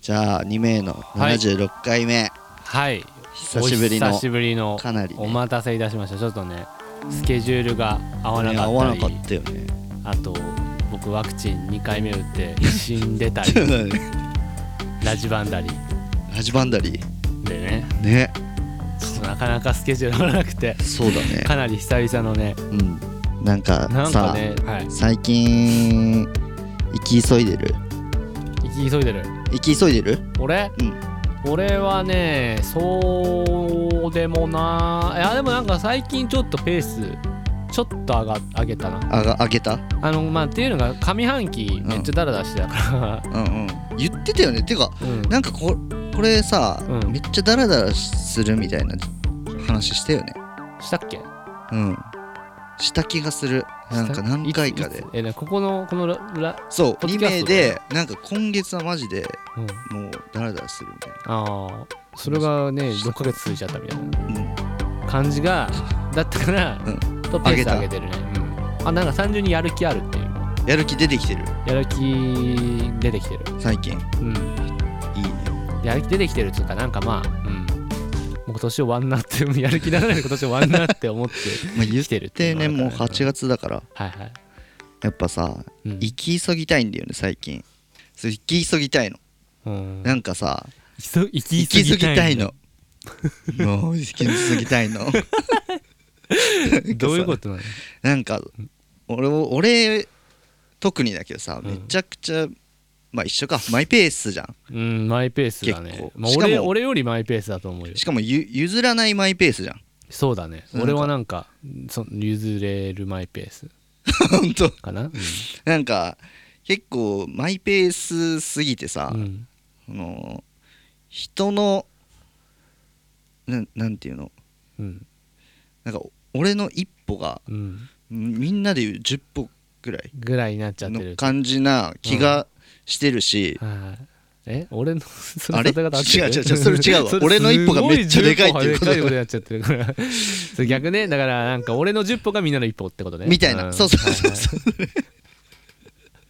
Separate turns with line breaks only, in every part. じゃあ2名の76回目、
はい
久しぶり
お
の
久しぶりの
かなり、ね、
お待たせいたしましたちょっとねスケジュールが合わな
ね合
か
わな
った
か
り
ったよね
あと僕ワクチン2回目打って死んで たりラジバンダリ
ラジバンダリ
でね
ーね
ちょっとなかなかスケジュール合わなくて
そうだね
かなり久々のね
うんなんか
なん
さ
かねはい
最近行き急いでる
行き急いでる
行き急いでる
俺、
うん
俺はねそうでもないやでもなんか最近ちょっとペースちょっと上が上げたな
あが上げた
あのまあっていうのが上半期めっちゃダラダラしてたから、
うんうん言ってたよねてか
うん
なんかここれさ、
うん
めっちゃダラダラするみたいな話したよね
したっけ
うんした気がするなんか何回か
い
で
ついつえねここのこのララ、
そう
ポ
2
ッドキャ
名
ストで
でなんか今月はマジで
うん、
もうダラダラするみたいな
ああそれがね6ヶ月続いちゃったみたいな
うん
感じがだったから、
うん
ちょっとペース上げてるねうん、あなんか単純にやる気あるっていう
やる気出てきてる
やる気出てきてる
最近
うん
いいね
やる気出てきてるっていうかなんかまあうんもう年終わんなってやる気ならないで今年終わんなって思って
まあ言っ
来てるってていうのが
ね
あるか
もう
ら
8月だから
はいはい、
やっぱさ
うん
行き急ぎたいんだよね最近そう行き急ぎたいの
うん、
なんかさ
行
行き
き過
急ぎ
ぎ
た
た
い
い
の もう行き過ぎたいの
どういうことなの
なんか俺を俺特にだけどさ
うん
めちゃくちゃまあ一緒かマイペースじゃん
うんマイペースだね
結、構
まあ、
しかも
俺俺よりマイペースだと思うよ
しかもゆ譲らないマイペースじゃん
そうだね
なんか
俺はなんかそ譲れるマイペース
ほんと
かなうん
なんか結構マイペースすぎてさ、
うん
あの人のななんていうの
うん
なんか俺の一歩が
うん
みんなで言う10歩ぐらい
ぐらいになっちゃって
の
る
感じな気がしてるし、
はいえ俺の そ
あれ
立て方合ってる
違う違う違うそれ違うわ俺の一歩がめっちゃでかいっていうこと
すご10歩がでかいことになっちゃってるから それ逆ねだからなんか俺の10歩がみんなの一歩ってことね
みたいな、
ん
そうそうそうそう、
はいはい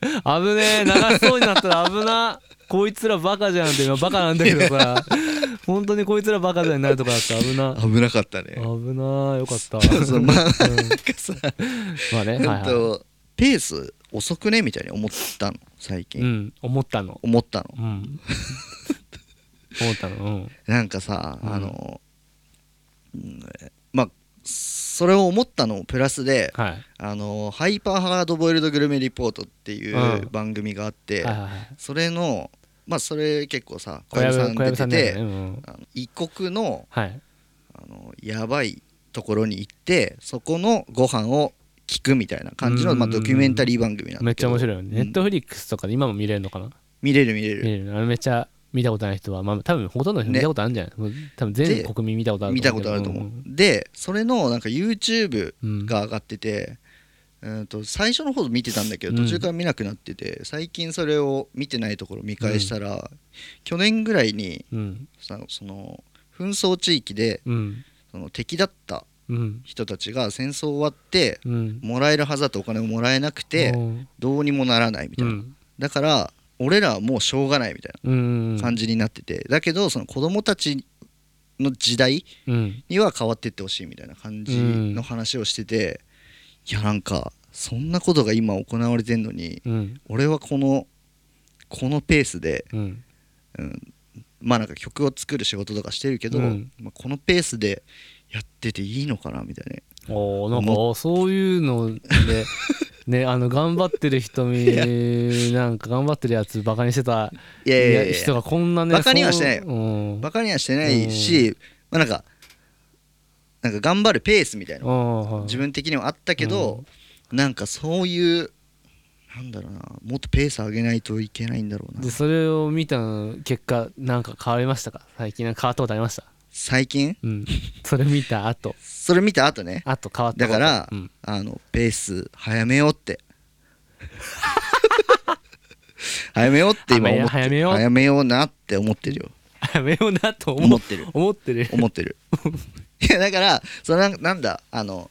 危ねえ流しそうになったら危なこいつらバカじゃんって今バカなんだけど さ本当にこいつらバカじゃんになるとこだった危な
危なかった
危
ね
なよかった
そうそうまあなんか
うん
さ、
まあねはい
ほん
はい
とペース遅くねみたいに思ったの最近、
うん思ったの
思ったの
うん 思ったのうん
なんかさ、
うん
あの、うんまあそれを思ったのをプラスで
はいはい
あのハイパーハードボイルドグルメリポートっていううん番組があって、
はいはい
それのまあそれ結構さ
小
小籔さ
籔
ん
小
出
籔
て
さん
て、
だよねうん
あの異国の
はい
あのやばいところに行ってそこのご飯を聞くみたいな感じの、
うん
まあ、ドキュメンタリー番組なんだ
めっ
け
ちゃ
ど
面白いよね
う
ネ
ん
ットフリックスとかで今も見れるのかな
見れる見れ
見
る
れるあれめっちゃ見たことない人は、まあ、多分ほとんどの人
ね
見たことあるんじゃない、もう多分全国民見たことある
見たことあると思う、
うん
でそれのなんか YouTube
うん
が上がってて、うん、と最初の方見てたんだけど
うん
途中から見なくなってて、最近それを見てないところ見返したら、去年ぐらいに
うん
さその紛争地域で
うん
その敵だった
うん
人たちが戦争終わって
うん
もらえるはずだったお金をもらえなくて
うん
どうにもならないみた
う
いな、
ん
だから俺らはもうしょうがないみたい
うん
な感じになってて、だけどその子供たちの時代
うん
には変わってってほしいみたいな感じの話をしてて、いやなんかそんなことが今行われてんのに
うん
俺はこのこのペースで、
うん
うん、まあなんか曲を作る仕事とかしてるけど、
うん
まあ、このペースでやってていいのかなみたいな
おーなんかそういう のでねあの頑張ってる人見なんか頑張ってるやつバカにしてた
いやいやいやい
人
や
がこんなね
バカにはしてないよ
そううん
バカにはしてないし、まあなんかなんか頑張るペースみたいな
うんはい
自分的にはあったけど、なんかそういうなんだろうなもっとペース上げないといけないんだろうな
でそれを見た結果なんか変わりましたか最近なんか変わったことありました
最近
うんそれ見た後
それ見た後ね
あと変わった
だ
こと
から、
うん
あのペース早めようって 早めようって今思って
早めよう
早めようなって思ってるよ
やめようなと思
思
う
ってる
思ってる
思ってる いやだからそのなんなんだあの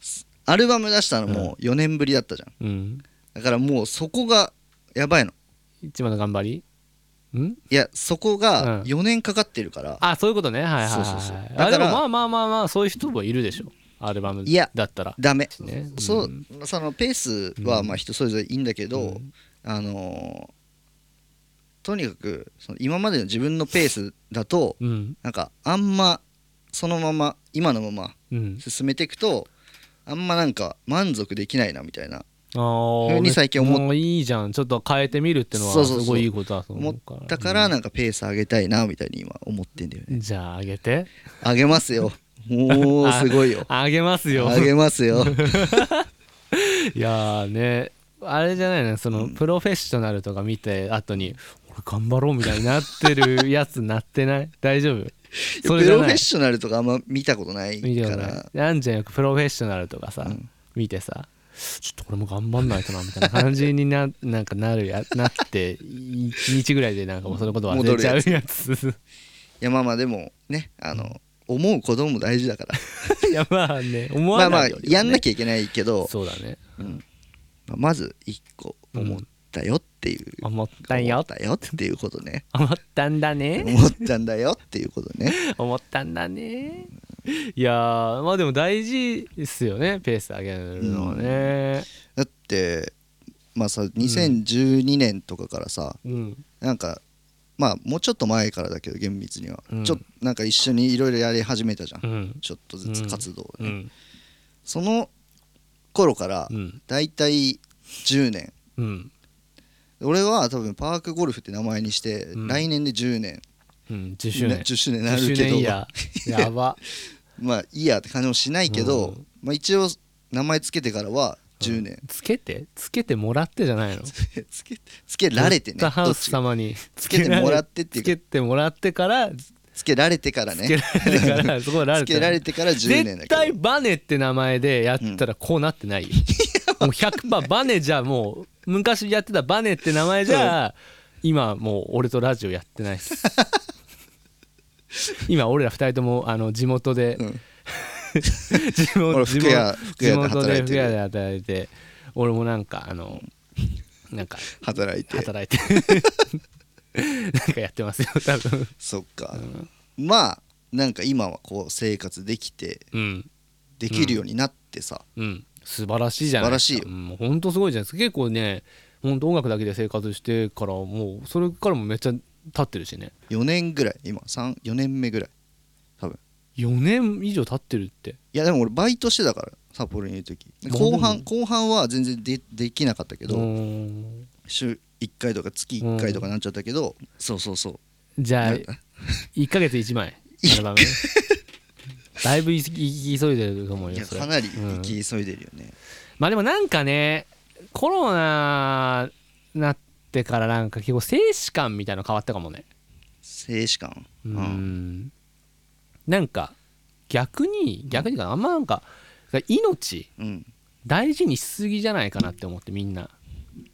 すアルバム出したのも4年ぶりだったじゃん
うん
だからもうそこがやばいの
一番の頑張りん
いやそこ
うん
が4年かかってるから、
あそういうことねはいはいはい
そ
は
う
い
そうそう
あ
だ
で
から
もまあまあまあまあそういう人もいるでしょアルバム
いや
だったら
ダメ、
ね
そう
うん
そのペースはまあ人それぞれいいんだけど、
うん
あのーとにかくその今までの自分のペースだと
うん
なんかあんまそのまま今のまま
うん
進めていくとあんまなんか満足できないなみたいな
あー
ふうに最近思っ
もういいじゃんちょっと変えてみるっての
そ
は
う
す
そうそう
ごいいいことだと思うから
だからなんかペース上げたいなみたいに今思ってんだよね
うんじゃああげて
上げますよもうすごいよ
あげます よ
上げます よ
いやーねあれじゃないのその、
うん
プロフェッショナルとか見て後に俺頑張ろうみたいになってるやつなって ない大丈夫
プ
そ
ロ
れじゃ
フ
な
ェ
い
ッショナルとかあんま見たことない
見て
か
ない
ら
なんじゃなくプロフェッショナルとかさ、
うん
見てさちょっと俺も頑張んないとなみたいな感じに ななんかなるやなって1日ぐらいでなんかもうそのこと忘れちゃうやつ
いやまあまあでもねあの思うことも大事だから
いやまあね思
ま
わ
あま
な
あ
いより
や
はね、
んなきゃいけないけど、
そうだね
うんまあまず一個思ったよっていう、
思ったんよ
思ったよっていうことね
思ったんだね
思ったんだよっていうことね
思ったんだねいやーまあでも大事ですよねペース上げるのはね
だってまあさ2012年とかからさ、
うん
なんかまあもうちょっと前からだけど厳密には、
うん
ちょっとなんか一緒にいろいろやり始めたじゃん、
うん
ちょっとずつ活動をね、
うん
その頃から
うん
だいたい10年
うん
俺は多分パークゴルフって名前にして、
うん
来年で10年
うん10周
な
年
10周年にな
10周
るけ
年
ど
イヤーやば
まあいいやって感じもしないけど、
うん
まあ、一応名前つけてからは10年、
つけてつけてもらってじゃないの
つけつけられてね
ザハ
ど
ウ
っち
ス
か
様に
つけてもらってってい
つ
うか
けてもらってからつ
つけられてからね
けられてからそこはら
つ
れて
けられてから10年だけ
絶
ど
対バネって名前でやったらこうなっ てないよ、もう100%バネじゃもう昔やってたバネって名前じゃ今もう俺とラジオやってないっす 今俺ら二人ともあの地元で、
うん
地元
俺
地
服屋
元
服屋で
地元で
働い
服
て
屋
る
で働いて俺もなんかあのなんか
働いて
働いて なんかやってますよ多分
そっか、まあなんか今はこう生活できて
うん
できるようになってさ、
うん、素晴らしいじゃないです
素
か
晴らしい
うんもう本当すごいじゃないですか結構ね本当音楽だけで生活してからもうそれからもめっちゃ経ってるしね
4年ぐらい今34年目ぐらい多分
4年以上経ってるって
いやでも俺バイトしてたから札幌にいる時後半後半は全然でできなかったけど、
うーん
週1回とか月1回とかなっちゃったけど、そうそうそう
じゃあ
なんか
1ヶ月1枚アルバムだいぶ行き急いでると思う
い
よ
や
それ
かなり
うん
行き急いでるよね、
まあでもなんかねコロナなってからなんか結構静止感みたいなの変わったかもね
静止感
う
うん
んなんか逆に逆にかなあんまなんか命
うん
大事にしすぎじゃないかなって思ってみんな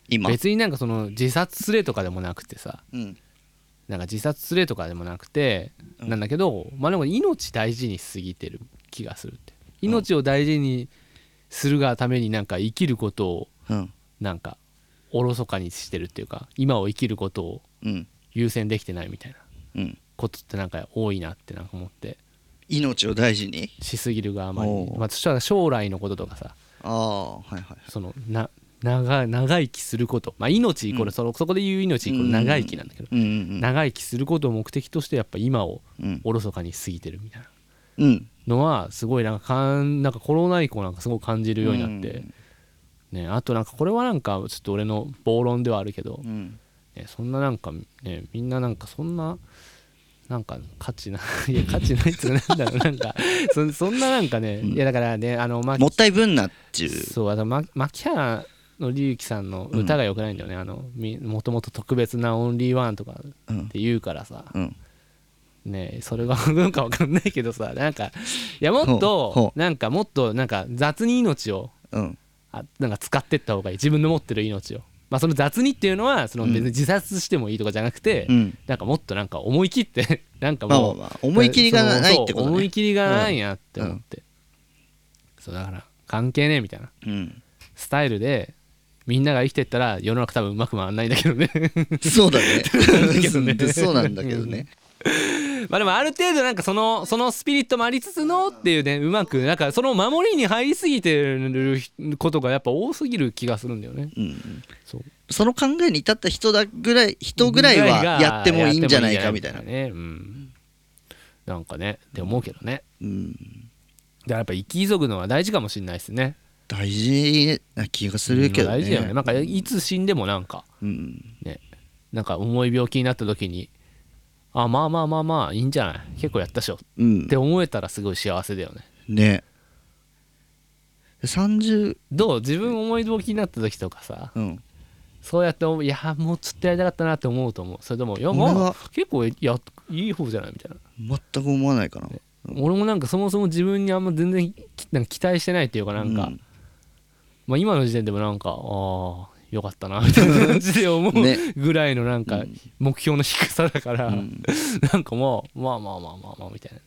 今
別になんかその自殺すれとかでもなくてさ
うん
なんか自殺すれとかでもなくて
うん
なんだけどまあでも命大事にしすぎてる気がするって命を大事にするがためになんか生きることを
うん
なんかおろそかにしてるっていうか今を生きることを
うん
優先できてないみたいな
うん
ことってなんか多いなってなんか思って
命を大事に
しすぎるがあまり
おう
まあそしたら将来のこととかさ
ああはいはいはい
そのな長長生きすること、まあ、命イコール、
うん
そのそこで言う命イコール長生きなんだけど、
うんうん
長生きすることを目的としてやっぱ今を
うん
おろそかに過ぎてるみたいな
うん
のはすごいなんかかんなんかコロナ以降なんかすごい感じるようになって、ね、あとなんかこれはなんかちょっと俺の暴論ではあるけど
う、ん
ね、そんななんか、ね、みんななんかそんな。なんか価値ないいや価値ないっつうかなんだろうなんかそそんななんかね、いやだからねあのまあ
もったいぶんなっていう
そうあとま牧原の隆之さんの歌が良くないんだよね、あのみもともと特別なオンリーワンとかっ
うん
て言うからさ
うん
ねえそれがなんか分かんないけどさなんかいやもっ
ほう
と
ほ
なんかもっとなんか雑に命を
うん
あなんか使ってった方がいい自分の持ってる命をまあその雑にっていうのはその別に自殺してもいいとかじゃなくて、
うん
なんかもっとなんか思い切って なんか
まあま
も
あ
う
まあ思い切りがなないってこ
そう
と
思
ね
い切りがないなって思って、そうだから関係ねえみたいな
うん
スタイルでみんなが生きてったら世の中多分うまく回んないんだけどね
そうだね
だけどね
そうなんだけどね
まあでもある程度なんかそのそのスピリットもありつつのっていうねうまくなんかその守りに入りすぎてることがやっぱ多すぎる気がするんだよね。
うん
そう
その考えに至った人だぐらい人ぐらいはやってもいいんじゃないかみたいな
ね、うん、なんかねって思うけどね
うん
だからやっぱ生き急ぐのは大事かもしれないですね。
大事な気がするけど
うん大事だよね。
ね
なんかいつ死んでもなんか
うん
なんか重い病気になった時にあまあまあまあまあいいんじゃない結構やったっしょ
うん
って思えたらすごい幸せだよね。
ね30
どう自分重い病気になった時とかさ
うん
そうやって思ういやもうちょっとやりたかったなって思うと思うそれともいや
俺
ま
は
あ結構いやいい方じゃないみたいな、
全く思わないかな
俺もなんかそもそも自分にあんま全然きなんか期待してないっていうかなんか、
うん
まあ、今の時点でもなんかああよかったなみたいな感じで思う
ね
ぐらいのなんか目標の低さだから、
うん
なんかもうまあまあまあまあまあみたいな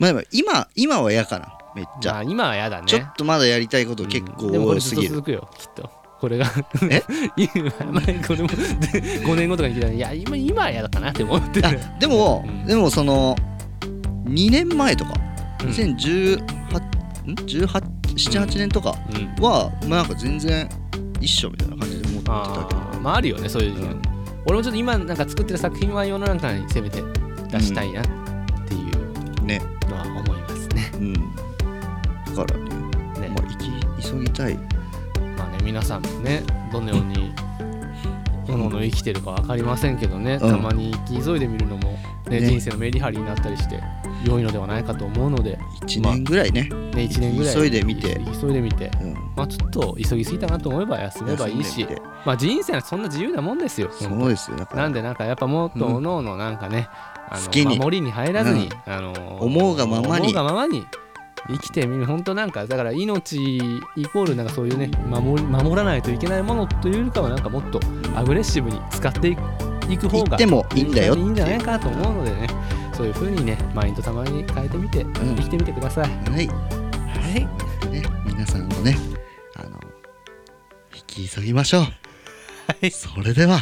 まあでも今今は嫌かなめっち
ま
ゃ
あ今はやだね
ちょっとまだやりたいこと結構
でもこ
多
れず
す
っと
ぎる
続くよきっとこれが
え
今まあ これも5年後とかに聞いたらいや今今はやだかなって思ってる
あでも
うん
でもその2年前とか
うん
2018ん18年とか
うん
はまあなんか全然一緒みたいな感じで思ってたけ
あーまああるよねそういう時
ど
間、
うん
俺もちょっと今なんか作ってる作品は世の中にせめて出したいなっていう
ね
のは思いますね,、
うんだからね
ね
まあ生き急ぎたい
まあね皆さんもねどのように各々生きてるか分かりませんけどね、
うん
たまに生き急いでみるのも、ね
ね
人生のメリハリになったりして良いのではないかと思うので、ね、
1年ぐらいね
1年ぐらい
急いでみて
急いでみて
うん
まあちょっと急ぎすぎたなと思えば休めばいい
休
し
んでみて
まあ人生はそんな自由なもんですよ本当
そうですよだか
なん
ら
でなんかやっぱもっとおのおのなんかね、あの
好きに
守りに入らずに、あのー
思うがままに
思うがままに生きてみる本当なんかだから命イコールなんかそういうね守り守らないといけないものというよりかはなんかもっとアグレッシブに使っていくいく方
行
が
ってもいいんだよって
いいんじゃない
いう
かと思うのでねそういう風にねマインドたまに変えてみて
ん
生きてみてください、
はいはいね皆さんもねあの引き急ぎましょうそれでは